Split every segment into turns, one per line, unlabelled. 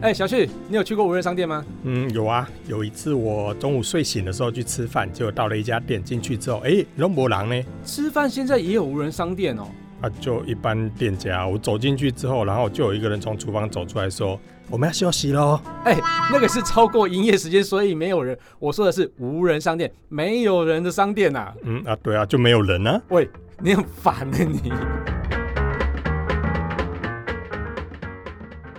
哎、小旭，你有去过无人商店吗？
嗯，有啊，有一次我中午睡醒的时候去吃饭，结果到了一家店，进去之后，哎、龙博郎呢？
吃饭现在也有无人商店哦。
啊，就一般店家。我走进去之后，然后就有一个人从厨房走出来说：“我们要休息喽。
哎、那个是超过营业时间，所以没有人。我说的是无人商店，没有人的商店呐、”
嗯啊，对啊，就没有人啊。
喂，你很烦呢、你。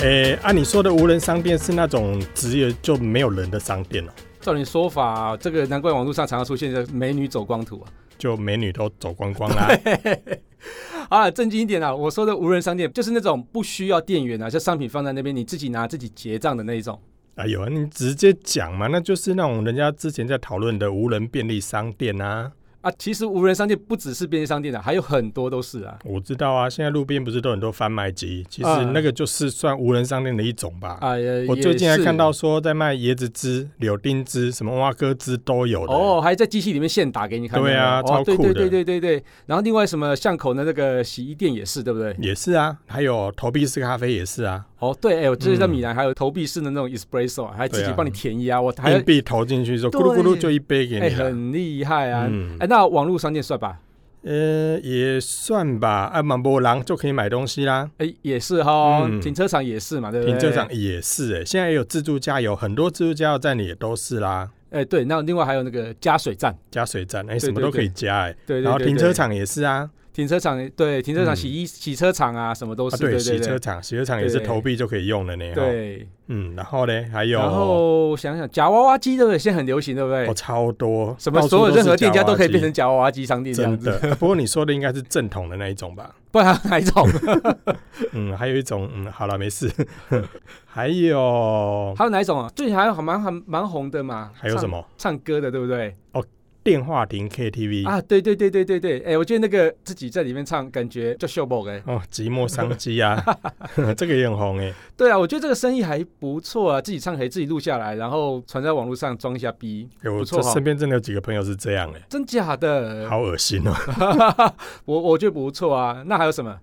诶、按、你说的无人商店是那种只有就没有人的商店哦，
照你说法，这个难怪网络上常常出现的美女走光图啊。
就美女都走光啊光啦、
好了，正经一点啊！我说的无人商店就是那种不需要店员啊，就商品放在那边，你自己拿自己结账的那一种。
哎呦，你直接讲嘛，那就是那种人家之前在讨论的无人便利商店啊。
啊，其实无人商店不只是便利商店的、还有很多都是啊。
我知道啊，现在路边不是都很多贩卖机，其实
啊
那个就是算无人商店的一种吧。
啊，也
我最近还
也是
看到说在卖椰子汁、柳丁汁、什么蛙哥汁都有的。
哦，还在机器里面现打给你看。
对啊
不哦、
超酷
对对
的
对对对对。然后另外什么巷口的那个洗衣店也是，对不对？
也是啊，还有投币式咖啡也是啊，
哦，对，哎、我之前在米兰还有投币式的那种 espresso，、啊、还自己
对啊
帮你填一啊，我还
硬币投进去之后咕噜咕噜
对
就一杯给
哎、
你了。
很厉害啊。哎、
嗯
那网络商店算吧？
呃，也算吧，啊按满波狼就可以买东西啦。
哎、也是哈、
嗯
停车场也是嘛，对不对？
停车场也是哎、现在也有自助加油，很多自助加油站也都是啦，
哎、对，那另外还有那个加水站，
加水站哎、
对
什么都可以加哎、
对对对
然后停车、
对
场也是啊，
停车场，对，停车场、
嗯
洗衣、洗车场啊，什么都是，
啊
对
洗
对
车
对。
场，洗车场也是
对
投币就可以用了呢。哦，
对，
嗯，然后呢，还有
然后想想夹娃娃机，对不对？现在很流行，对不对？
哦超多，
什么
到处
所有
都是
任何店家
夹娃
都可以
机
变成夹娃娃机商店这样
真
子，
的、啊不过你说的应该是正统的那一种吧？
不然哪一种？
嗯，还有一种嗯，好了，没事， 还有
还有哪一种啊？最近还有蛮蛮蛮红的嘛，
还有什
唱
么
唱歌的，对不对？
电话亭 KTV
啊，对对对对对对，哎，我觉得那个自己在里面唱，感觉叫秀宝哎。
哦，寂寞商机 啊，这个也很红哎、
对啊，我觉得这个生意还不错啊，自己唱可以自己录下来，然后传在网络上装一下逼，
哎
不
我
错
这
哈
身边真的有几个朋友是这样哎、
真假的？
好恶心哦、
我我觉得不错啊。那还有什么？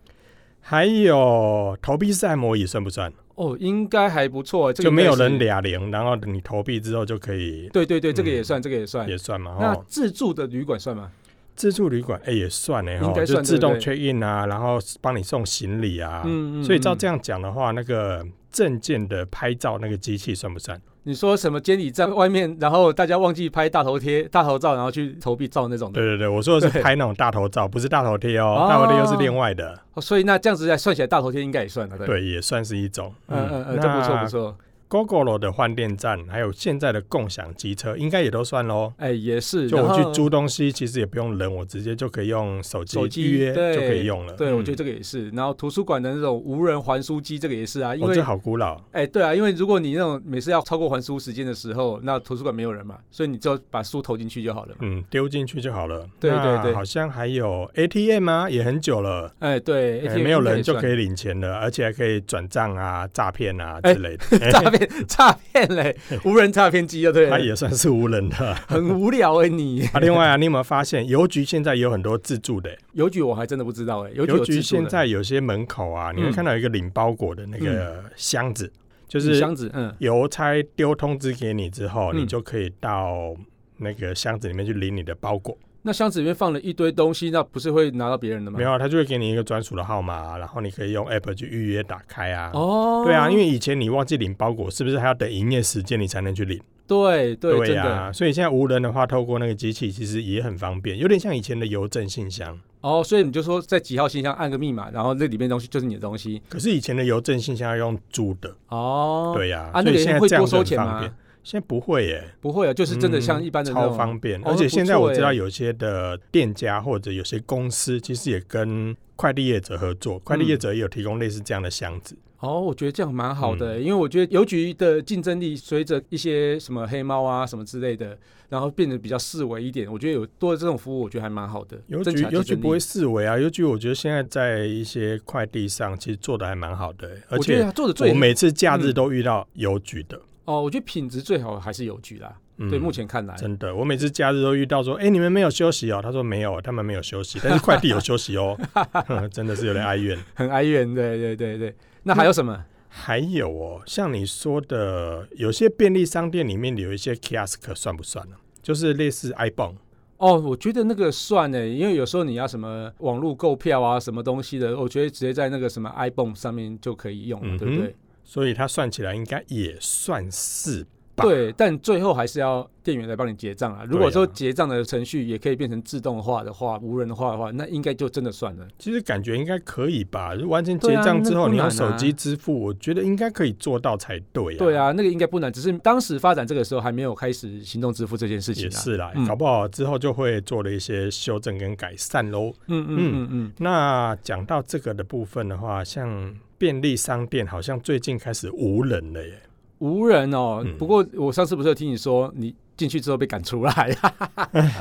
还有投币式按摩椅算不算？
哦，应该还不错，这个
就没有
应该是
人。俩零，然后你投币之后就可以
对对对，这个
嗯
也算，这个也算。
也算嘛哦
那
哈。
自助的旅馆算吗？
自助旅馆哎、也算哎、
应
哈，
该
就
算
自动
对不
check in 啊，然后帮你送行李啊。
嗯
所以照这
样，
样讲的话，那个证件的拍照那个机器算不算？
你说什么监理站外面，然后大家忘记拍大头贴、大头照，然后去投币照那种的。
对对对，我说的
对
是拍那种大头照，不是大头贴
哦
哦，大头贴又是另外的，
哦所以那这样子来算起来，大头贴应该也算了，对。
对，也算是一种。
嗯嗯嗯，这不错不。错。
GoGo 的换电站，还有现在的共享机车，应该也都算喽。
哎，也是。
就
然
我去
后
租东西，其实也不用人，我直接就可以用手机
手机
预约
对
就可以用了。嗯
对，我觉得这
个
个也是。然后图书馆的那种无人还书机，这个也是啊，因
我
为
哦这好古老。
哎，对啊，因为如果你那种每次要超过还书时间的时候，那图书馆没有人嘛，所以你就把书投进去就好了嘛。
嗯，丢进去就好了。
对
那
对对
好像还有 ATM 啊，也很久了，
哎，对，
哎没有人就可
以
以领钱了，而且还可以转账啊、诈骗啊
哎
之类的，
诈骗诈骗 嘞，无人诈骗机就对
它
了，
也算是无人的。
很无聊哎、你
啊，另 外啊，你有没有发现邮局现在也有很多自助的、欸
邮局我还真的不知道哎、邮局
邮
有
局
自助的嗯
现在有些门口啊，你会看到有一个领包裹的那个箱子，就
纸
是
箱子，嗯，
邮差丢通知给你之后，
嗯
你就可以到那个箱子里面去领你的包裹。
那箱子里面放了一堆东西，那不是会拿到别人的吗？
没有啊，他就会给你一个专属的号码啊、然后你可以用 app 去预约打开啊。
哦，
对啊，因为以前你忘记领包裹，是不是还要等营业时间你才能去领？
对对真
呀、
的
所以现在无人的话，透过那个机器其实也很方便，有点像以前的邮政信箱。
哦，所以你就说在几号信箱按个密码，然后那里面东西就是你的东西
可是以前的邮政信箱要用租的，
哦。
对呀、
啊，
所
那
以现
个
在
会
这样
多
子
收
很
钱
方
吗
便。？现在不会耶、
不会啊，就是真的像
嗯
一般的那
超
种
方便，
哦
而且现在我知道
那不错耶
有些的店家或者
嗯
有些公司其实也跟快递业者合作，快递业者也有提供类似这样的箱子，
哦，我觉得这样蛮好的、
嗯
因为我觉得邮局的竞争力随着一些什么黑猫啊什么之类的，然后变得比较四维一点。我觉得有多这种服务，我觉得还蛮好的。
邮
增
局
强竞
邮局
争力
不会四维啊，邮局我觉得现在在一些快递上其实做的还蛮好的、而
我觉得
且
他做的最
我每次假日
嗯
都遇到邮局的。
哦，我觉得品质最好还是邮局啦。
嗯
对，目前看来，
真的，我每次假日都遇到说，哎、你们没有休息哦。他说没有，他们没 有休息，但是快递有休息哦。 哼真的是有点哀怨。
很哀怨，对对对对。那还有什么？
还有哦，像你说的，有些便利商店里面有一些 kiosk 算不算呢、啊就是类似 iPhone，
哦，我觉得那个算呢，因为有时候你要什么网络购票啊，什么东西的，我觉得直接在那个什么 iPhone 上面就可以用了，
嗯哼
对不对？
所以它算起来应该也算是吧。，
对，但最后还是要店员来帮你结账啊。如果说
对啊
结账的程序也可以变成自动化的话、无人化的话，那应该就真的算了。
其实感觉应该可以吧。如果完成结
对啊
账之后，
那不
你用
难
手
啊
机支付，我觉得应该可以做到才对、啊。
对，啊，那个应该不难，只是当时发展这个时候还没有开始行动支付这件事情
也
啊。
是啦，
嗯
搞不好之后就会做了一些修正跟改善喽。
嗯嗯
嗯
嗯嗯，
那讲到这个的部分的话，像便利商店好像最近开始无人了耶。
无人哦。
嗯
不过我上次不是有听你说，你进去之后被赶出来啊，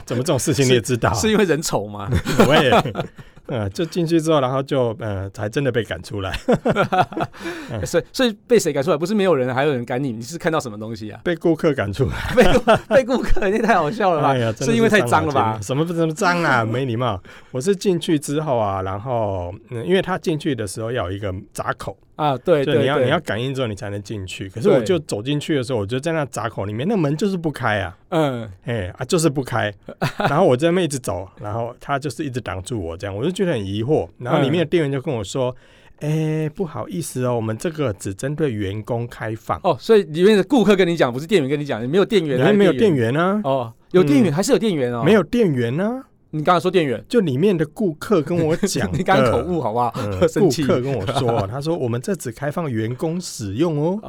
怎么这种事情你也知道？
是因为人丑 吗？
喂，呃，就进去之后，然后就呃，才真的被赶出来， 哎
所以所以被谁赶出来？不是没有人，还有人赶你，你是看到什么东西啊？
被顾客赶出来。
被顾被顾客，那太好笑了吧？
哎呀，真的
是因为太脏了
伤脑
吧
筋？什么不什么脏啊， 没礼貌。我是进去之后啊，然后嗯，因为他进去的时候要有一个闸口，
啊，对
就
对
你要
对，
你要感应之后你才能进去。可是我
对
就走进去的时候，我就在那闸口里面，那门就是不开啊。
嗯，
哎啊，就是 不开，然后我在那边一直走，然后他就是一直挡住我，这样我就觉得很疑惑。然后里
嗯
面的店员就跟我说：“哎、不好意思哦，我们这个只针对员工开放，
哦，所以里面的顾客跟你讲，不是店员跟你讲，没有店员，
里
还
面
是
没有店员啊，
哦，有店员还是有店员哦，
没有，店员啊，
你刚才说店员，
就里面的顾客跟 我讲，
你刚刚口 误。好不好？
呃顾
生气
客跟我 说，他说我们这只开放员工使用哦，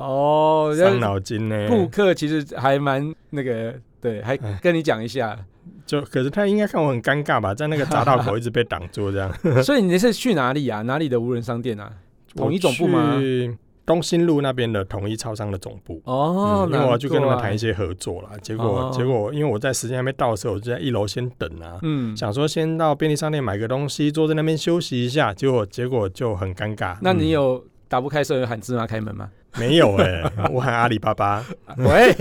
哦，
伤脑筋呢。
顾客其实还蛮那个，对，还
哎
跟你讲一下，
就可是他应该看我很尴尬吧，在那个闸道口一直被挡住这样。
所以你是去哪里啊？哪里的无人商店啊？统一总部吗
我去东兴路那边的统一超商的总部。
哦，
嗯因为我要去跟他们谈一
下，
些合作啦。结果、
哦
结果，因为我在时间还没到的时候，我就在一楼先等啊，
嗯，
想说先到便利商店买个东西，坐在那边休息一下。结果结果就很尴尬。
那你
嗯、
有打不开社员喊芝麻开门 吗？
没有哎、我喊阿里巴巴，
喂，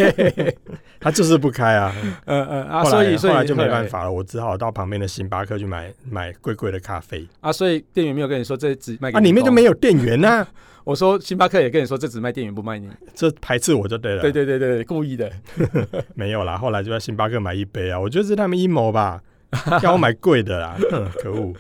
他就是不开啊。
呃呃啊，
后
所
来
以所
后来
以
就没办法了，我只好到旁边的星巴克去买买贵贵的咖啡
啊，所以店员没有跟你说这只卖给
啊，里面就没
有。
有店员呐、啊，
我说星巴克也跟你说这只卖店员不卖你，
这排斥我就对啊了。
对对对对，对故意的。
没有啦，后来就在星巴克买一杯啊，我觉得是他们阴谋吧， 要我买贵 的啦，哼可恶！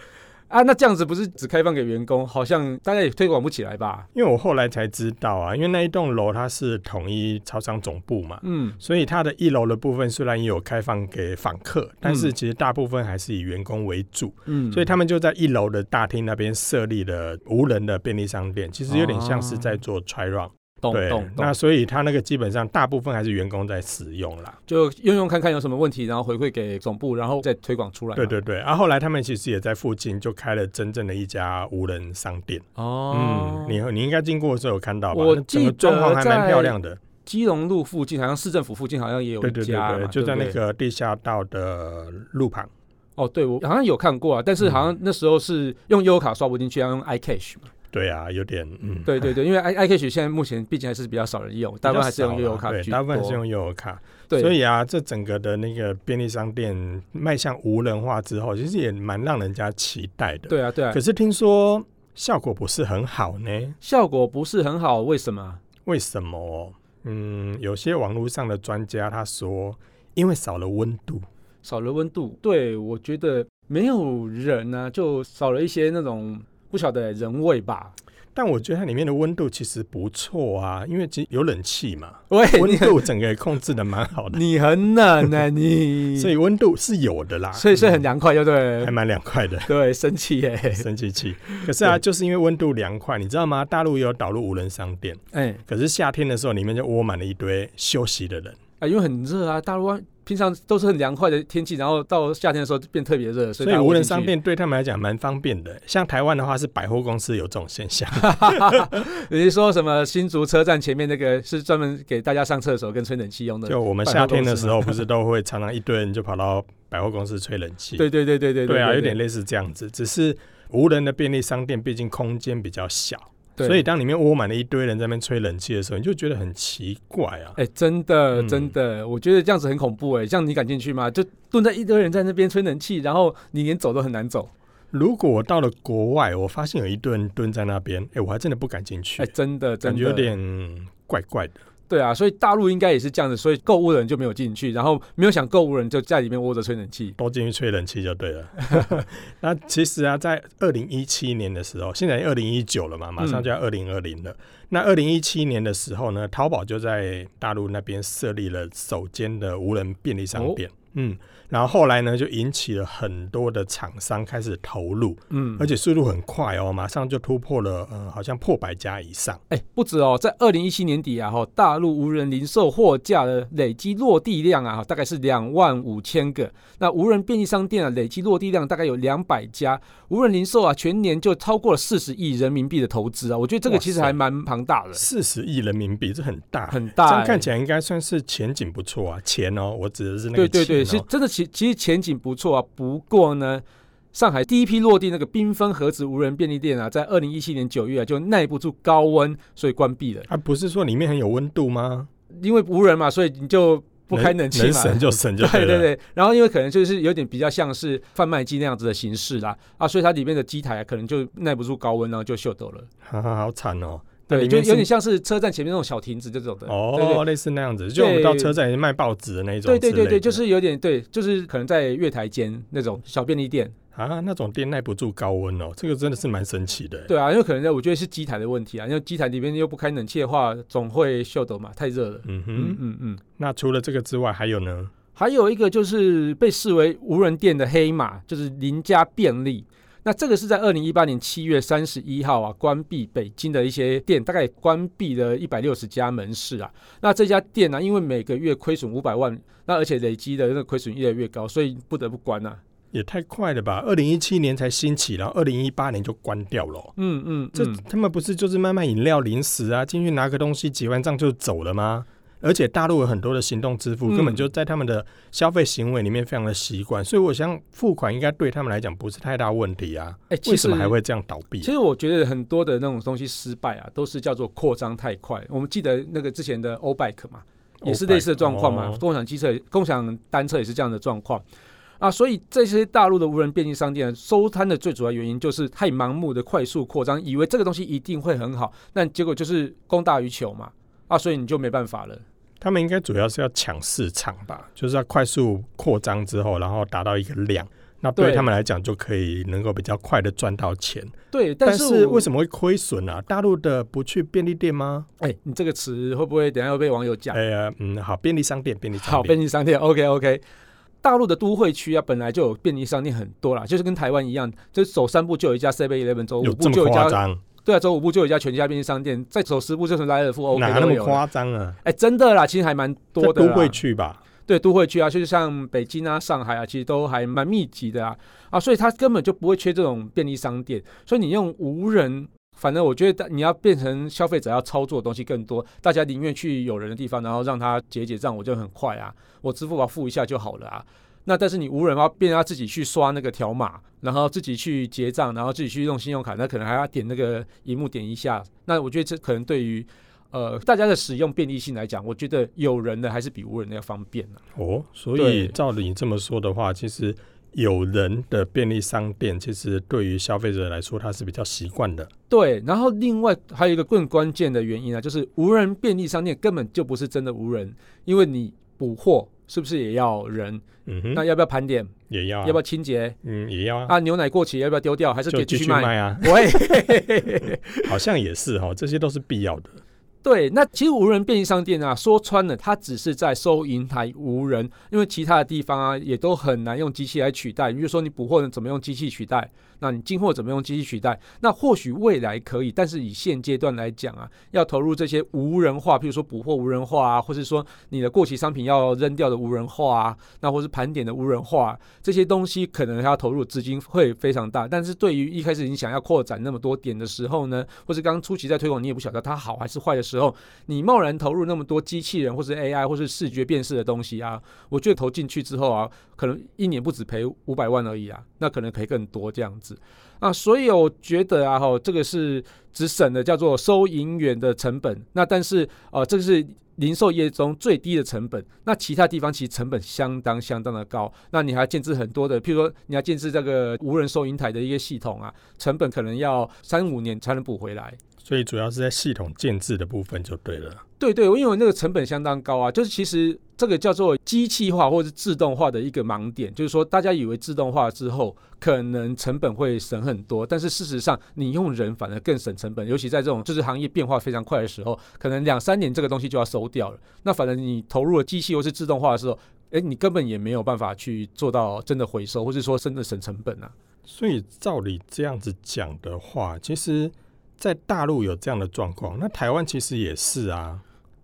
啊，那这样子不是只开放给员工，好像大家也推广不起来吧？
因为我后来才知道啊，因为那一栋楼它是统一超商总部嘛，
嗯，
所以它的一楼的部分虽然也有开放给访客，但是其实大部分还是以员工为主，
嗯
所以他们就在一楼的大厅那边设立了无人的便利商店，其实有点像是在做 try run，、
哦懂
对
懂，懂
那，所以它那个基本上大部分还是员工在使用啦。
就用用看看有什么问题，然后回馈给总部，然后再推广出来嘛。
对对对，啊，后来他们其实也在附近就开了真正的一家无人商店。
哦
嗯，，你你应该经过的时候有看到吧？
我
那整
记
个
得
状况还蛮
在
漂亮的。
基隆路附近好像市政府附近好像也有
对
一
对对
家嘛，
对，就在
不
那
对
个地下道的路旁。
哦，对我好像有看过啊，但是好像那时候是用优卡刷不进去，要用 iCash 嘛。
对啊，有点嗯，
对对对， 因为 i iCash 现在目前毕竟还是比较少人用，
比较
大
少啊，
部分还是用悠游卡
对，
居
大部分还是
多
用悠游卡。
对，
所以啊，这整个的那个便利商店迈向无人化之后，其实也蛮让人家期待的。，
对啊对啊
可，是听说效果不是很好呢，
效果不是很好，为什么？
为什么哦？嗯，有些网络上的专家他说，因为少了温度。
少了温度。对我觉得没有人呢、就少了一些那种不晓得人味 吧。
但我觉得它里面的温度其实不错啊，因为其实有冷气 嘛，
喂，
温度整个也控制的蛮好 的，
你很冷啊你，
所以温度是有的啦，
所以是很
嗯、
凉快，就对
还
了。。
蛮凉快的
对，生气耶、
生气气，可是啊，就是因为温度凉快，你知道吗？大陆也有导入无人商店，
哎、
可是夏天的时候，里面就窝满了一堆休息的人。
啊，因为很热啊，大陆湾平常都是很凉快的天气，然后到夏天的时候就变特别热，所
所
以
以
大家
无人
进去
商店对他们来讲蛮方便的。像台湾的话是百货公司有这种现象，
你是说什么新竹车站前面那个是专门给大家上厕所跟吹冷气用的？
就我们夏天的时候不是都会常常一堆人就跑到百货公司吹冷气。
对对对对对
对啊，有点类似这样子，只是无人的便利商店毕竟空间比较小，
对
所以当里面窝满了一堆人在那边吹冷气的时候，你就觉得很奇怪啊。
哎、真的
嗯
真的，我觉得这样子很恐怖哎、这样你敢进去吗？就蹲在一堆人在那边吹冷气，然后你连走都很难走。
如果我到了国外，我发现有一堆人蹲在那边，哎、我还真的不敢进去，
哎、真的真
感
的
觉有点怪怪的。
对啊，所以大陆应该也是这样子，所以购物的人就没有进去，然后没有想购物的人就在里面窝着吹冷气。
都进去吹冷气就对了。 那其实啊，在二零一七年的时候，现在二零一九了
嗯
嘛，马上就要二零二零了。那二零一七年的时候呢，淘宝就在大陆那边设立了首间的无人便利
哦
商店。嗯，然后后来呢，就引起了很多的厂商开始投入，
嗯，
而且速度很快哦，马上就突破了，呃，好像破百家以上。
哎、不止哦，在二零一七年底啊，哈，大陆无人零售货架的累积落地量啊，哈大概是两万五千个。那无人便利商店啊，累积落地量大概有两百家。无人零售啊，全年就超过了四十亿人民币的投资啊，我觉得这个其实
哇塞
还蛮庞大的，
四十亿人民币，这很大，
很
这
大、
样
哎
看起来应该算是前景不错啊。钱哦，我指的是那个
对
钱、哦。
对对，是真的其其实前景不错啊。不过呢，上海第一批落地那个缤纷盒子无人便利店啊，在二零一七年九月啊，就耐不住高温，所以关闭了。
啊，不是说里面很有温度吗？
因为无人嘛，所以你就不开冷气
能
嘛。
省就 省就
对对
了。
对，然后因为可能就是有点比较像是贩卖机那样子的形式啦，啊，所以它里面的机台、啊、可能就耐不住高温，然后就锈斗了。
哈哈，好惨哦。那
对，
里
就
面
有点
是
像是车站前面那种小亭子这种的。对对
哦，类似那样子，就我们到车站已经卖报纸的那种
对
之
对
类的。
对对，就是有点对，就是可能在月台间那种小便利店，
啊，那种店耐不住高温哦，这个真的是蛮神奇的。
对啊，因为可能我觉得是机台的问题啊，因为机台里面又不开冷气的话，总会锈斗嘛，太热了。
嗯
嗯
哼，
嗯嗯。
那除了这个之外还有呢？
还有一个就是被视为无人店的黑马，就是邻家便利。那这个是在二零一八年七月三十一号啊，关闭北京的一些店，大概关闭了一百六十家门市啊。那这家店呢、因为每个月亏损五百万，那而且累积的那个亏损越来越高，所以不得不关啊。
也太快了吧！二零一七年才兴起，然后二零一八年就关掉了哦。
嗯嗯，
这、
嗯
他们不是就是卖卖饮料、零食啊，进去拿个东西结完账就走了吗？而且大陆有很多的行动支付，
嗯
根本就在他们的消费行为里面非常的习惯，所以我想付款应该对他们来讲不是太大问题啊。
哎、其
为什么
实
还会这样倒闭啊
其实我觉得很多的那种东西失败啊，都是叫做扩张太快。我们记得那个之前的 O Bike 嘛，也是类似的状况嘛，
哦
共享机车、共享单车也是这样的状况。啊，所以这些大陆的无人便利商店收摊的最主要原因就是太盲目的快速扩张，以为这个东西一定会很好，但结果就是供大于求嘛。啊，所以你就没办法了。
他们应该主要是要抢市场吧，就是要快速扩张之后，然后达到一个量，那对
对
他们来讲就可以能够比较快的赚到钱。
对，
但
是
是为
么？
什么会亏损啊？大陆的不去便利店吗？
哎、你这个词会不会等一下又被网友讲？
哎呀，嗯，好，便利商店，便利商
好，便
店，
利商店，OK OK。大陆的都会区啊，本来就有便利商店很多啦，就是跟台湾一样，就是走三步就有一家 Seven Eleven，走五
有
步
这
就有
么
一
夸
家，
张？
对啊，走五步就有一家全家便利商店，再走十步就是莱尔富 OK
哪
都
那
有
么
了。
夸张啊？
哎、真的啦，其实还蛮多
这
的啦。
都会去吧？
对都会区啊，就是像北京啊、上海啊，其实都还蛮密集的啊啊，所以它根本就不会缺这种便利商店。所以你用无人，反正我觉得你要变成消费者要操作的东西更多，大家宁愿去有人的地方，然后让他结结账，我就很快啊，我支付宝付一下就好了啊。那但是你无人要变成要自己去刷那个条码，然后自己去结账，然后自己去用信用卡，那可能还要点那个荧幕点一下。那我觉得这可能对于呃大家的使用便利性来讲，我觉得有人的还是比无人的要方便啊。
哦，所以
对
照你这么说的话，其实有人的便利商店，其实对于消费者来说，他是比较习惯的。
对，然后另外还有一个更关键的原因啊，就是无人便利商店根本就不是真的无人，因为你补货是不是也要人？
嗯哼，
那要不要盘点？
也要、啊，
要不要清洁？
嗯，也要啊，
啊，牛奶过期要不要丢掉？还是可
就
以继
继
续
续
卖？
卖啊，
喂，
好像也是哈，这些都是必要的。
对，那其实无人便利商店啊，说穿了，它只是在收银台无人，因为其他的地方啊，也都很难用机器来取代。比如说你补货怎么用机器取代？那你进货怎么用机器取代？那或许未来可以，但是以现阶段来讲啊，要投入这些无人化，譬如说补货无人化啊，或是说你的过期商品要扔掉的无人化啊，那或是盘点的无人化、啊，这些东西可能它投入资金会非常大。但是对于一开始你想要扩展那么多点的时候呢，或是刚初期在推广你也不晓得它好还是坏的时候，你贸然投入那么多机器人或是 AI 或是视觉辨识的东西啊，我觉得投进去之后啊，可能一年不止赔五百万而已啊，那可能赔更多这样子。啊，所以我觉得啊，哈，这个是只省的叫做收银员的成本。那但是呃，这个是零售业中最低的成本。那其他地方其实成本相当相当的高。那你还建制很多的，譬如说你要建制这个无人收银台的一个系统啊，成本可能要三五年才能补回来。
所以主要是在系统建制的部分就对了。
对对，因为那个成本相当高啊，就是其实这个叫做机器化或者是自动化的一个盲点，就是说大家以为自动化之后可能成本会省很多，但是事实上你用人反而更省成本，尤其在这种就是行业变化非常快的时候，可能两三年这个东西就要收掉了。那反正你投入了机器或是自动化的时候，哎，你根本也没有办法去做到真的回收，或是说真的省成本啊。
所以照理这样子讲的话，其实，在大陆有这样的状况，那台湾其实也是啊。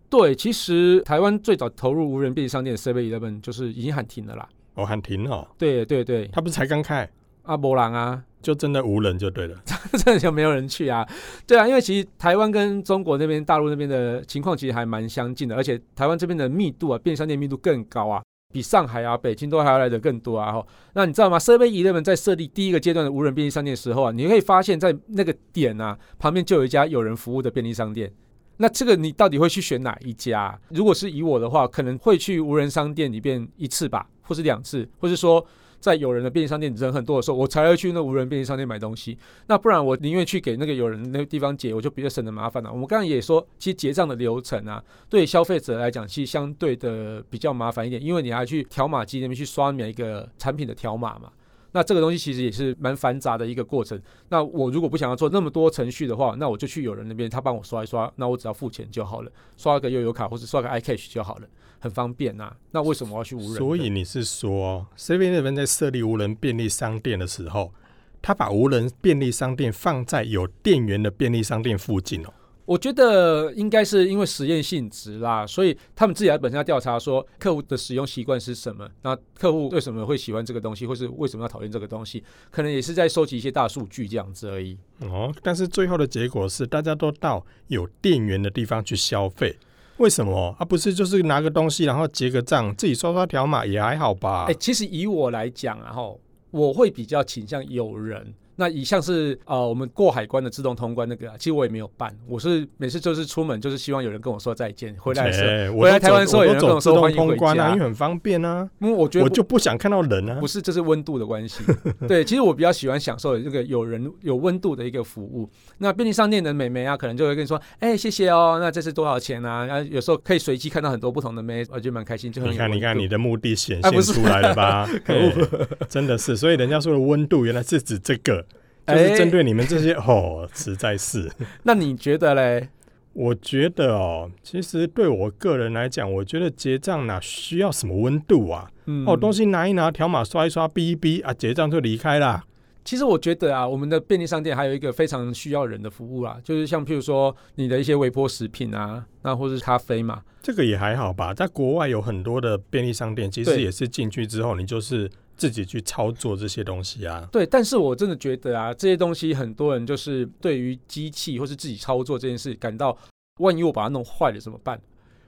对，其实台湾最早投入无人便利商店 Seven Eleven 就是已经喊停了啦。
哦，喊停哦，
对对对，
它不是才刚开，
阿波浪啊，
就真的无人就对了。
真的就没有人去啊。对啊，因为其实台湾跟中国那边、大陆那边的情况其实还蛮相近的，而且台湾这边的密度啊，便利商店密度更高啊，比上海啊、北京都还要来的更多啊。吼，那你知道吗？Seven Eleven 在设立第一个阶段的无人便利商店的时候啊，你可以发现在那个点啊旁边就有一家有人服务的便利商店。那这个你到底会去选哪一家、如果是以我的话，可能会去无人商店里边一次吧，或是两次，或是说在有人的便利商店人很多的时候，我才会去那无人便利商店买东西。那不然我宁愿去给那个有人那个地方结，我就比较省得麻烦啊了、我们刚刚也说，其实结账的流程啊，对消费者来讲，其实相对的比较麻烦一点，因为你还去条码机那边去刷每一个产品的条码嘛。那这个东西其实也是蛮繁杂的一个过程。那我如果不想要做那么多程序的话，那我就去有人那边，他帮我刷一刷，那我只要付钱就好了，刷个悠游卡或者刷个 iCash 就好了，很方便呐、啊那为什么我要去无人的？
所以你是说，Seven Eleven 在设立无人便利商店的时候，他把无人便利商店放在有店员的便利商店附近哦。
我觉得应该是因为实验性质啦，所以他们自己本身要调查说客户的使用习惯是什么，那客户为什么会喜欢这个东西，或是为什么要讨厌这个东西，可能也是在收集一些大数据这样子而已。
哦，但是最后的结果是，大家都到有店员的地方去消费。为什么啊？不是就是拿个东西，然后结个账，自己刷刷条码也还好吧？
哎、其实以我来讲、啊，然后我会比较倾向有人。那以像是呃，我们过海关的自动通关那个、啊，其实我也没有办，我是每次就是出门就是希望有人跟我说再见，回来的时候，
哎我
回来
都走
台湾的时候
我
有
都
人跟
走
我
自
说欢
动
迎回
通关啊，
家
因为很方便啊。
因为嗯我觉得
我
不
就不想看到人啊
不。是，这是温度的关 系。对，其实我比较喜欢享受这个有人有温度的一个服务。那便利商店的美眉啊，可能就会跟你说：“哎、谢谢哦，那这是多少钱啊？”然后有时候可以随机看到很多不同的妹，我觉得蛮开心，就很有
你看，
温
哦你看，
度
你的目的显
哎
现
不是
出来了 吧？嘿真的是，所以人家说的温度，原来是指这个，就是
哎
针对你们这些、 哦，实在是。
那你觉得嘞？
我觉得哦，其实对我个人来讲，我觉得结账哪需要什么温度啊？
嗯
哦，东西拿一拿，条码刷一刷，哔一哔啊，结账就离开啦。
其实我觉得啊，我们的便利商店还有一个非常需要人的服务啦、就是像譬如说你的一些微波食品啊，那或是咖啡嘛，
这个也还好吧，在国外有很多的便利商店，其实
对
也是进去之后，你就是自己去操作这些东西啊。
对，但是我真的觉得啊，这些东西很多人就是对于机器或是自己操作这件事感到，万一我把它弄坏了怎么办？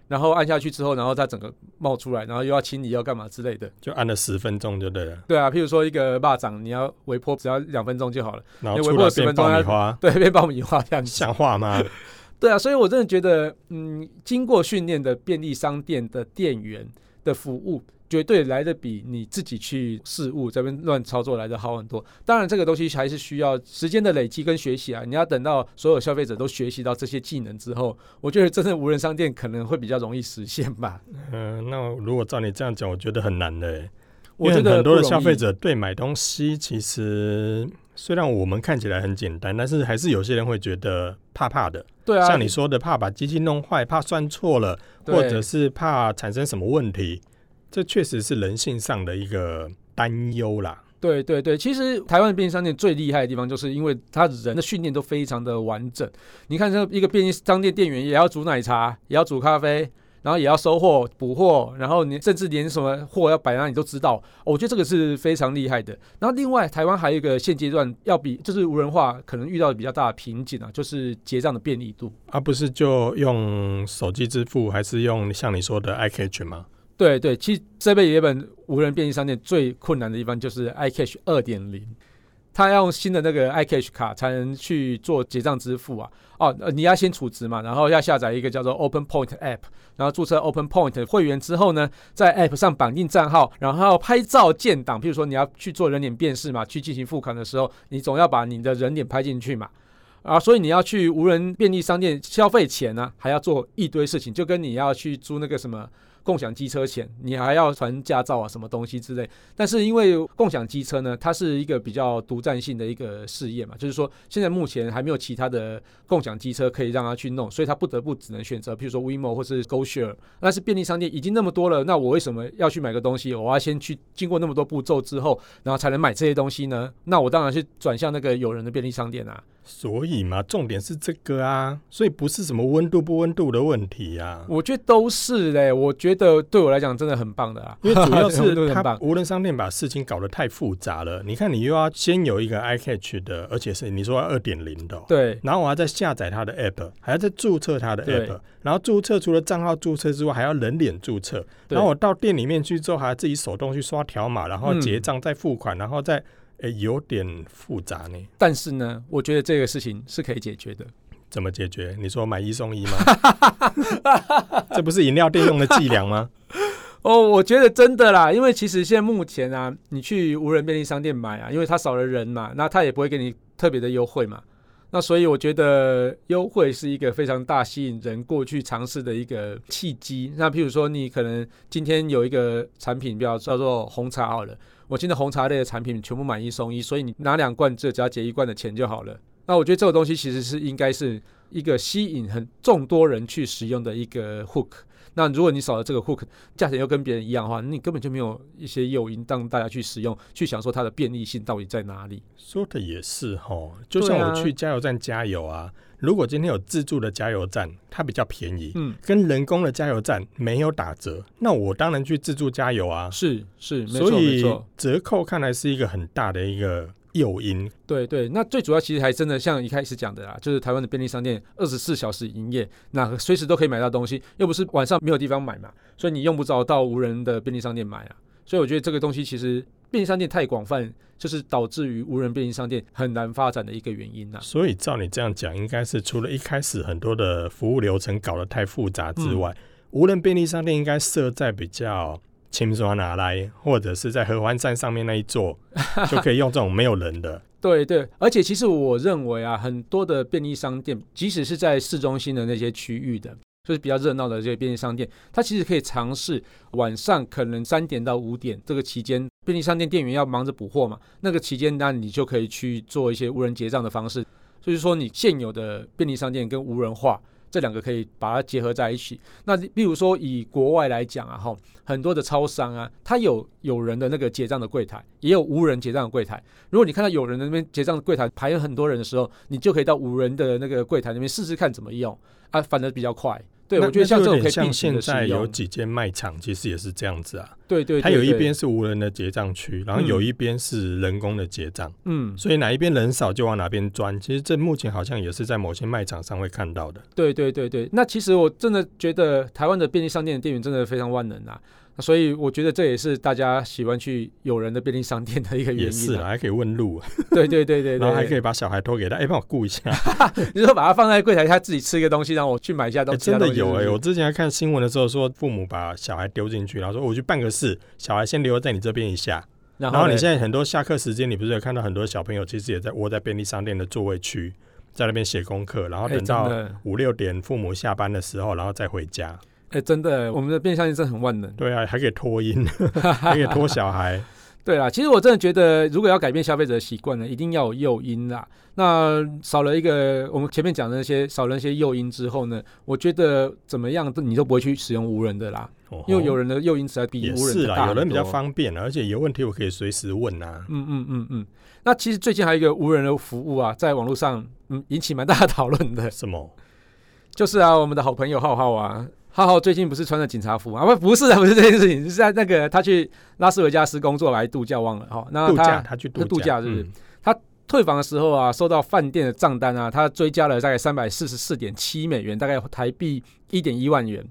然后按下去之后，然后它整个冒出来，然后又要清理，要干嘛之类的。
就按了十分钟就对了，
对啊，譬如说一个蚂蚱，你要微波只要两分钟就好了，
然后
哎
出
微波
来
了10
变
分钟
爆米
要
花，
对， 被爆米花这样子。
像话吗？
对啊，所以我真的觉得，嗯，经过训练的便利商店的店员的服务，绝对来的比你自己去事务这边乱操作来的好很多。当然，这个东西还是需要时间的累积跟学习啊。你要等到所有消费者都学习到这些技能之后，我觉得真正无人商店可能会比较容易实现吧。
嗯、那如果照你这样讲，我觉得很难的欸。
我觉
因为
得
很多的
不容易
消费，者对买东西，其实虽然我们看起来很简单，但是还是有些人会觉得怕怕的。
对啊，
像你说的，怕把机器弄坏，怕算错了，
对，
或者是怕产生什么问题，这确实是人性上的一个担忧啦。
对对对，其实台湾的便利商店最厉害的地方，就是因为它人的训练都非常的完整。你看，这一个便利商店店员也要煮奶茶，也要煮咖啡，然后也要收货、补货，然后你甚至连什么货要摆哪里都知道、哦我觉得这个是非常厉害的。然后另外，台湾还有一个现阶段要比就是无人化可能遇到的比较大的瓶颈啊，就是结账的便利度。
而、啊不是就用手机支付，还是用像你说的 iCash 吗？
对对，其实这杯野本无人便利商店最困难的地方就是 iCash 二点零，它要用新的那个 iCash 卡才能去做结账支付啊。哦，呃你要先储值嘛，然后要下载一个叫做 Open Point App，然后注册 Open Point 会员之后呢，在 App 上绑定账号，然后拍照建档。譬如说你要去做人脸辨识嘛，去进行付款的时候，你总要把你的人脸拍进去嘛。啊，所以你要去无人便利商店消费前呢、还要做一堆事情，就跟你要去租那个什么共享机车前，你还要传驾照啊，什么东西之类。但是因为共享机车呢，它是一个比较独占性的一个事业嘛，就是说现在目前还没有其他的共享机车可以让它去弄，所以它不得不只能选择，譬如说 WeMo 或是 GoShare。但是便利商店已经那么多了，那我为什么要去买个东西？我要先去经过那么多步骤之后，然后才能买这些东西呢？那我当然是转向那个有人的便利商店啊。
所以嘛，重点是这个啊，所以不是什么温度不温度的问题啊，
我觉得都是嘞，我觉得对我来讲真的很棒的啊，
因为主要
都
是
很
它
棒。
无人商店把事情搞得太复杂了。你看，你又要先有一个 iCatch 的，而且是你说二点零的哦、
对
然后我还在下载它的 app，还要再注册它的
对
app，然后注册除了账号注册之外，还要人脸注册。
对
然后我到店里面去之后，还要自己手动去刷条码，然后结
嗯
账再付款，然后再诶有点复杂呢。
但是呢，我觉得这个事情是可以解决的。
怎么解决？你说买一送 一吗？这不是饮料店用的伎俩吗？
哦，我觉得真的啦，因为其实现在目前啊，你去无人便利商店买啊，因为它少了人嘛，那它也不会给你特别的优惠嘛。那所以我觉得优惠是一个非常大吸引人过去尝试的一个契机。那譬如说，你可能今天有一个产品，比较叫做红茶好了，我今天红茶类的产品全部买一送一，所以你拿两罐，这只要结一罐的钱就好了。那我觉得这个东西其实是应该是一个吸引很众多人去使用的一个 hook。那如果你少了这个 hook，价钱又跟别人一样的话，你根本就没有一些诱因让大家去使用，去想说它的便利性到底在哪里。
说的也是哈，就
对
像
啊
我去加油站加油啊，如果今天有自助的加油站，它比较便宜，
嗯，
跟人工的加油站没有打折，那我当然去自助加油啊。
是是，没
所
错没
以
错，
折扣看来是一个很大的一个诱因。
对对。那最主要其实还真的像一开始讲的啦，就是台湾的便利商店二十四小时营业，那随时都可以买到东西，又不是晚上没有地方买嘛，所以你用不着到无人的便利商店买啊。所以我觉得这个东西其实便利商店太广泛，就是导致于无人便利商店很难发展的一个原因啊呐、
所以照你这样讲，应该是除了一开始很多的服务流程搞得太复杂之外，
嗯
无人便利商店应该设在比较轻松拿来，或者是在合欢站上面那一 座，就可以用这种没有人的。
对对，而且其实我认为啊，很多的便利商店，即使是在市中心的那些区域的，就是比较热闹的这些便利商店，它其实可以尝试晚上可能三点到五点这个期间，便利商店店员要忙着补货嘛，那个期间那你就可以去做一些无人结账的方式，所以说你现有的便利商店跟无人化。这两个可以把它结合在一起。那例如说，以国外来讲啊，哈，很多的超商啊，它有有人的那个结账的柜台，也有无人结账的柜台。如果你看到有人在那边结账柜台排了很多人的时候，你就可以到无人的那个柜台那边试试看怎么用啊，反而比较快。对，
那
我觉得像这
那就
种
有
可以
点
并行
像现
的
在
使
有
用。
几间卖场其实也是这样子啊，
对对对，
它有一
对，
边是无人的结账区，然后有一边是人工的结账，
嗯，
所以哪一边人少就往哪边钻。其实这目前好像也是在某些卖场上会看到的。
对对对对。那其实我真的觉得台湾的便利商店的店员真的非常万能啊，那所以我觉得这也是大家喜欢去有人的便利商店的一个原
也是
因、
啦，
啊。
还可以问路，
对对对对对，
然后还可
以，
以把小孩托给他，哎、帮我顾一下。
你说把它放在柜台，他自己吃一个东西，让我去买一下
哎
东西。
真的有
哎、
哎、我之前还看新闻的时候说，父母把小孩丢进去，然后说我去办个事，小孩先留在你这边一下。
然
然
后
后你
嘞
现在很多下课时间，你不是有看到很多小朋友其实也在窝在便利商店的座位区，在那边写功课，然后
哎
等
真
到
的
五六点父母下班的时候，然后再回家。
哎、真的，我们的便利商店真的很万能。
对啊，还可以拖音，还可以拖小孩。
对啦，其实我真的觉得，如果要改变消费者的习惯呢，一定要有诱因啦。那少了一个我们前面讲的那些少了那些诱因之后呢，我觉得怎么样你都不会去使用无人的啦，
哦吼
因为有人的诱因实在比
也
无
是
人的
啦，
大
有
很多。
人比较方便啊，而且有问题我可以随时问啊。
嗯嗯嗯嗯。那其实最近还有一个无人的服务啊，在网络上嗯引起蛮大的讨论的，
什么？
就是啊，我们的好朋友浩浩啊，浩浩最近不是穿着警察服吗？啊不，不是啊，不是这件事情，是在那个他去拉斯维加斯工作来度假，忘了哈、哦。那
度假，
他
他去
那度假是不是
嗯
退房的时候啊，收到饭店的账单啊，他追加了大概三百四十四点七美元，大概台币一点一万元。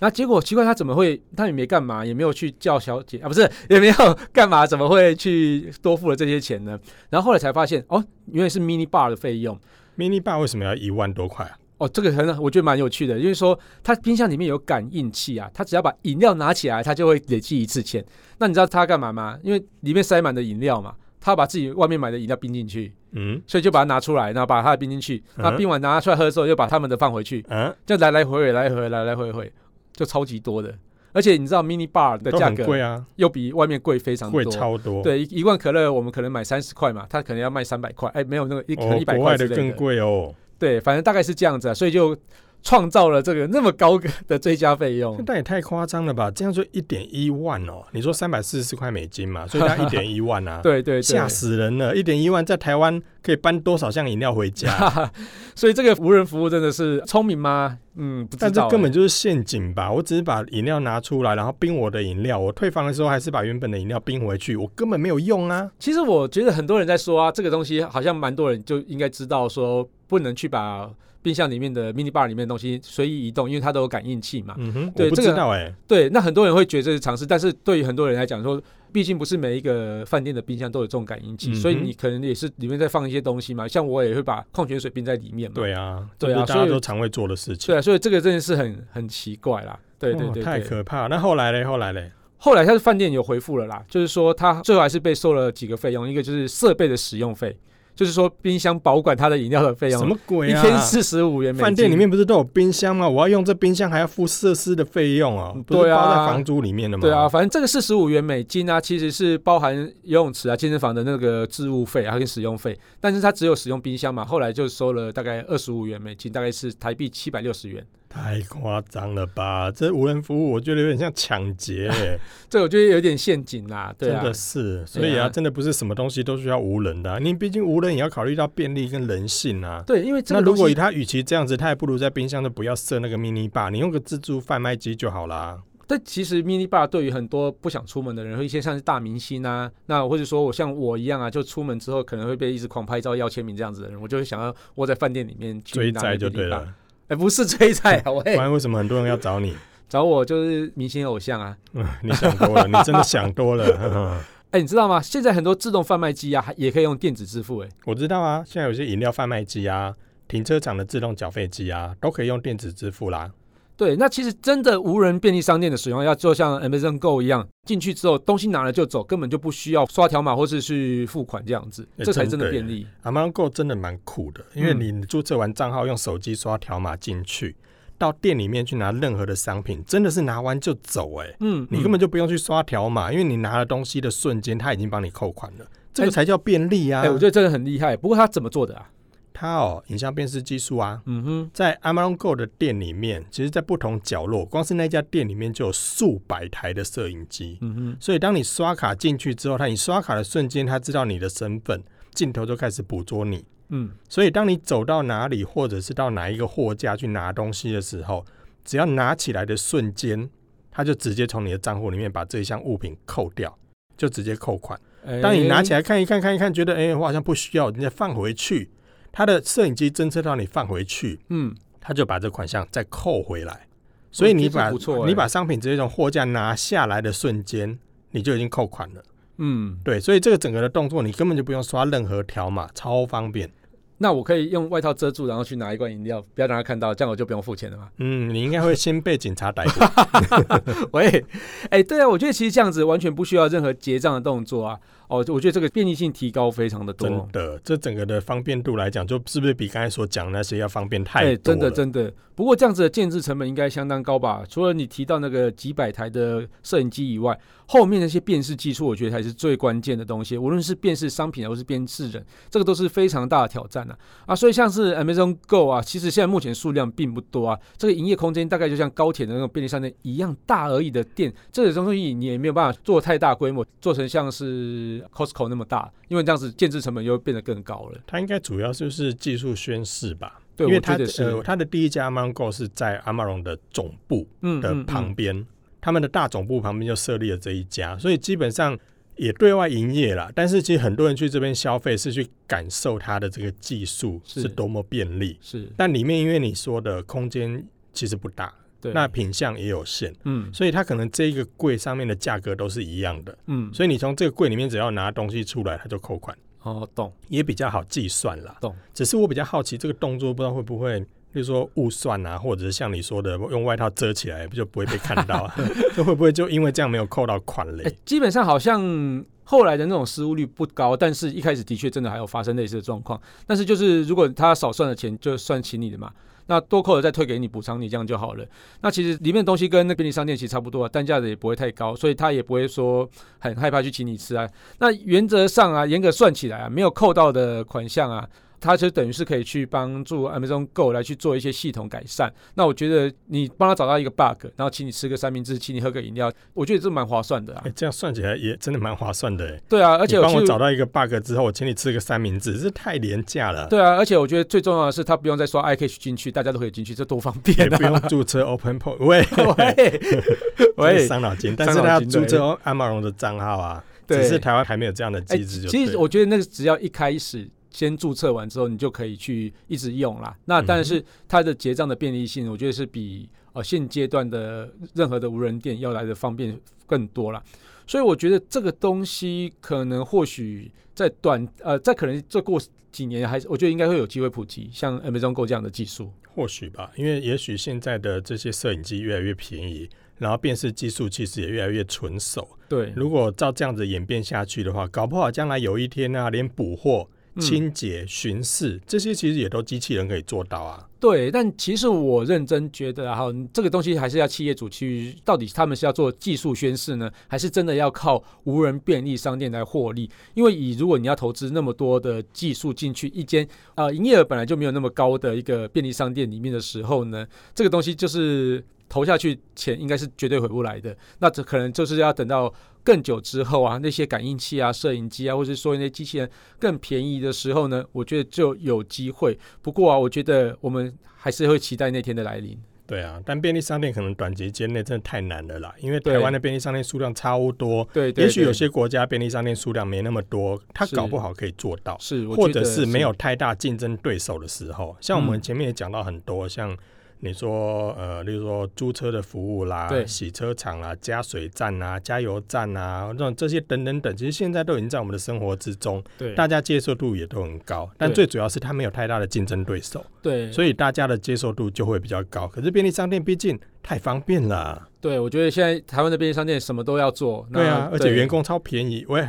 那结果奇怪，他怎么会？他也没干嘛，也没有去叫小姐啊，不是也没有干嘛，怎么会去多付了这些钱呢？然后后来才发现，哦，原来是 mini bar 的费用。
mini bar 为什么要一万多块啊？
哦，这个很我觉得蛮有趣的，因为说它冰箱里面有感应器啊，它只要把饮料拿起来，它就会累积一次钱。那你知道它干嘛吗？因为里面塞满的饮料嘛，它把自己外面买的饮料冰进去，
嗯
所以就把它拿出来，然后把它的冰进去，
嗯
那冰完拿出来喝之后，又把它们的放回去，
啊，
就来来回回，来来回回来来回回，就超级多的。而且你知道 mini bar 的
都
价
很
格
贵啊，
又比外面贵非常多
贵，超多。
对一一罐可乐我们可能买三十块嘛，它可能要卖三百块，哎，没有那个一可能
哦
一，百
国
块
外
之
的
类
更贵哦。
对，反正大概是这样子啊，所以就创造了这个那么高的追加费 用。，
但也太夸张了吧？这样就一点一万哦。你说三百四十四块美金嘛，所以它一点一万啊
对对对，
吓！死人了！一点一万在台湾可以搬多少箱饮料回家？
所以这个无人服务真的是聪明吗？嗯，不知
但这
道、
根本
欸
就是陷阱吧？我只是把饮料拿出来，然后冰我的饮料，我退房的时候还是把原本的饮料冰回去，我根本没有用啊！
其实我觉得很多人在说啊，这个东西好像蛮多人就应该知道，说不能去把冰箱里面的 mini bar 里面的东西随意移动，因为它都有感应器嘛。
嗯哼，
对
我不
这个
知道哎、
对，那很多人会觉得这是尝试，但是对于很多人来讲说，毕竟不是每一个饭店的冰箱都有这种感应器，
嗯哼
所以你可能也是里面再放一些东西嘛。像我也会把矿泉水冰在里面嘛。
对啊，
对啊
这不是大
所以
家都常会做的事情。
对啊，所以这个真的是很很奇怪啦。对对
哦
对
太
对。
可怕了。那后来嘞，后来嘞，
后来他的饭店有回复了啦，就是说他最后还是被收了几个费用，一个就是设备的使用费，就是说冰箱保管他的饮料的费用，
什么鬼
哎一
啊？
天四十五元美金。
饭店里面不是都有冰箱吗？我要用这冰箱，还要付设施的费用哦，不是
对啊
包在房租里面的吗？
对啊，，反正这个四十五元美金啊，其实是包含游泳池啊、健身房的那个置物费啊跟使用费，但是他只有使用冰箱嘛，后来就收了大概二十五元美金，大概是台币七百六十元。
太夸张了吧？这无人服务，我觉得有点像抢劫、欸
这我觉得有点陷阱啦，对
真
啊
的，是。所以
对
啊，
啊
真的不是什么东西都需要无人的啊、你毕竟无人也要考虑到便利跟人性啊。
对，因为这
那
个
如
东
果
西
以他与其这样子，他还不如在冰箱都不要设那个 mini bar，你用个自助贩卖机就好啦。
但其实 mini bar 对于很多不想出门的人，和一些像是大明星啊，那或者说我像我一样啊，就出门之后可能会被一直狂拍照、要签名这样子的人，我就会想要窝在饭店里面去
追
拿
债就
mini
对
bar。
了，
哎，不是追债啊，
不
喂，
然为什么很多人要找你？
找我就是明星偶像啊。
嗯你想多了，你真的想多了。
哎，你知道吗？现在很多自动贩卖机啊，还也可以用电子支付、哎，
我知道啊，现在有些饮料贩卖机啊、停车场的自动缴费机啊，都可以用电子支付啦。
对，那其实真的无人便利商店的使用，要就像 Amazon Go 一样，进去之后东西拿了就走，根本就不需要刷条码或是去付款这样子，
哎
这才
真
真
的
的
耶
便利。
Amazon Go 真的蛮酷的，因
嗯
为你注册完账号，用手机刷条码进去，到店里面去拿任何的商品，真的是拿完就走哎、
嗯，
你
嗯
根本就不用去刷条码，因为你拿了东西的瞬间，他已经帮你扣款了，这个
哎
才叫便利啊！
哎、我觉得真的很厉害。不过他怎么做的啊？
它哦，影像辨识技术啊，
嗯哼，
在 Amazon Go 的店里面，其实在不同角落，光是那家店里面就有数百台的摄影机，
嗯哼，
所以当你刷卡进去之后，它你刷卡的瞬间，它知道你的身份，镜头就开始捕捉你。
嗯，
所以当你走到哪里，或者是到哪一个货架去拿东西的时候，只要拿起来的瞬间，它就直接从你的账户里面把这一项物品扣掉，就直接扣款。
哎
当你拿起
来，
来看一看，看一看，觉得哎、诶我好像不需要，你再放回去，它的摄影机侦测到你放回去，
嗯，
他就把这款项再扣回来。所以你
其实
把、
不错欸
你把商品直接从货架拿下来的瞬间，你就已经扣款了。
嗯，
对，所以这个整个的动作你根本就不用刷任何条码，超方便。
那我可以用外套遮住，然后去拿一罐饮料，不要让他看到，这样我就不用付钱了 嘛。
嗯，你应该会先被警察逮捕。
喂，哎、对啊，我觉得其实这样子完全不需要任何结账的动作啊。哦，我觉得这个便利性提高非常的多，
真的，这整个的方便度来讲，就是不是比刚才所讲那些要方便
哎、
太多
真的
了？
真的。不过这样子的建制成本应该相当高吧？除了你提到那个几百台的摄影机以外，后面那些辨识技术，我觉得才是最关键的东西。无论是辨识商品，或是辨识人，这个都是非常大的挑战啊！啊，所以像是 Amazon Go 啊，其实现在目前数量并不多啊，这个营业空间大概就像高铁的那种便利商店一样大而已的店，这种东西你也没有办法做太大规模，做成像是 Costco 那么大，因为这样子建制成本又变得更高了。
它应该主要就是技术宣示吧，
对，
因为
我
它
觉得是，
呃，它的第一家 Amango 是在阿玛龙的总部
嗯
的呃旁
嗯
边，他们的大总部旁边就设立了这一家，所以基本上也对外营业啦。但是其实很多人去这边消费是去感受它的这个技术
是
是多么便利，
是
但里面因为你说的空间其实不大，
对，
那品相也有限，
嗯
所以它可能这一个柜上面的价格都是一样的，
嗯，
所以你从这个柜里面只要拿东西出来，它就扣款。
哦，懂，
也比较好计算啦。
懂。
只是我比较好奇，这个动作不知道会不会，例如说误算啊，或者是像你说的用外套遮起来，就不会被看到、 啊，这会不会就因为这样没有扣到款嘞？
哎、基本上好像后来的那种失误率不高，但是一开始的确真的还有发生类似的状况。但是就是如果他少算了钱，就算请你的嘛，那多扣了再退给你补偿你，这样就好了。那其实里面的东西跟那便利商店其实差不多、啊，单价的也不会太高，所以他也不会说很害怕去请你吃啊。那原则上啊，严格算起来啊，没有扣到的款项啊。它就等于是可以去帮助啊 Amazon Go 来去做一些系统改善。那我觉得你帮他找到一个 bug，然后请你吃个三明治，请你喝个饮料，我觉得这蛮划算的啊
哎、。这样算起来也真的蛮划算的、欸。
对啊，而且
你
我
帮我
去
找到一个 bug 之后，我请你吃个三明治，这太廉价了。
对啊，而且我觉得最重要的是，他不用再刷 iCash 进去，大家都可以进去，这多方便啊！
也不用注册 Open p o i 喂
喂
真是
喂，
伤脑筋，
伤
但是
脑
他要
筋
注
对
册阿玛龙的账号啊，
对
只是台湾还没有这样的
哎
机制就对
其
了。
实我觉得那个只要一开始先注册完之后，你就可以去一直用啦。那
嗯
但是它的结账的便利性，我觉得是比呃现阶段的任何的无人店要来的方便更多啦。所以我觉得这个东西可能或许在短呃，在可能再过几年还是我觉得应该会有机会普及，像 Amazon Go 这样的技术。
或许吧，因为也许现在的这些摄影机越来越便宜，然后辨识技术其实也越来越纯熟。
对，
如果照这样子演变下去的话，搞不好将来有一天啊，连捕获、
嗯
清洁、巡视这些其实也都机器人可以做到啊。
对，但其实我认真觉得啊，哈，这个东西还是要企业主去，到底他们是要做技术宣示呢，还是真的要靠无人便利商店来获利？因为以如果你要投资那么多的技术进去一间呃营业额本来就没有那么高的一个便利商店里面的时候呢，这个东西就是投下去钱应该是绝对回不来的。那这可能就是要等到更久之后啊，那些感应器啊、摄影机啊，或者说那些机器人更便宜的时候呢，我觉得就有机会。不过啊，我觉得我们还是会期待那天的来临。
对啊，但便利商店可能短期间内真的太难了啦，因为
对
台湾的便利商店数量超多，
对对
也许
对
有些国家便利商店数量没那么多，它
是
搞不好可以做到。
是，我
或
觉
者
得
是没有太大竞争对手的时候，像我们
嗯
前面也讲到很多，像你说呃，例如说租车的服务啦
对、
洗车场啦、加水站啦、加油站啦，这种这些等等等，其实现在都已经在我们的生活之中，
对
大家接受度也都很高。但
对
最主要是它没有太大的竞争对手，
对，
所以大家的接受度就会比较高。可是便利商店毕竟太方便了，
对我觉得现在台湾的便利商店什么都要做，那
对啊，而且
对
员工超便宜，喂，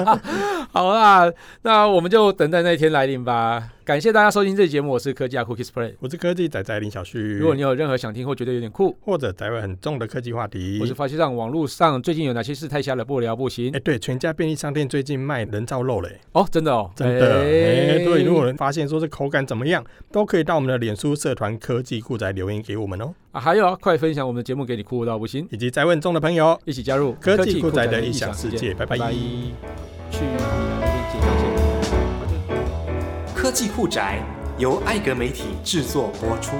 好啦，那我们就等待那一天来临吧。感谢大家收听这期节目，我是科技啊 Cookies Play。
我是科技仔仔林小旭，
如果你有任何想听或觉得有点酷，
或者宅味很重的科技话题，
我是发现上网络上最近有哪些事太瞎了，不聊不行
哎、对，全家便利商店最近卖人造肉嘞，
哦，真的哦，
真的。哎、
哎
对，如果有人发现说这口感怎么样，都可以到我们的脸书社团科技酷宅留言给我们哦，
啊，还有啊，快分享我们的节目给你酷到不行，
以及在问中的朋友，
一起加入
科技酷宅
宅
的异
异
想世界拜拜
拜拜。去你那边结账先。
科技酷宅由艾格媒体制作播出。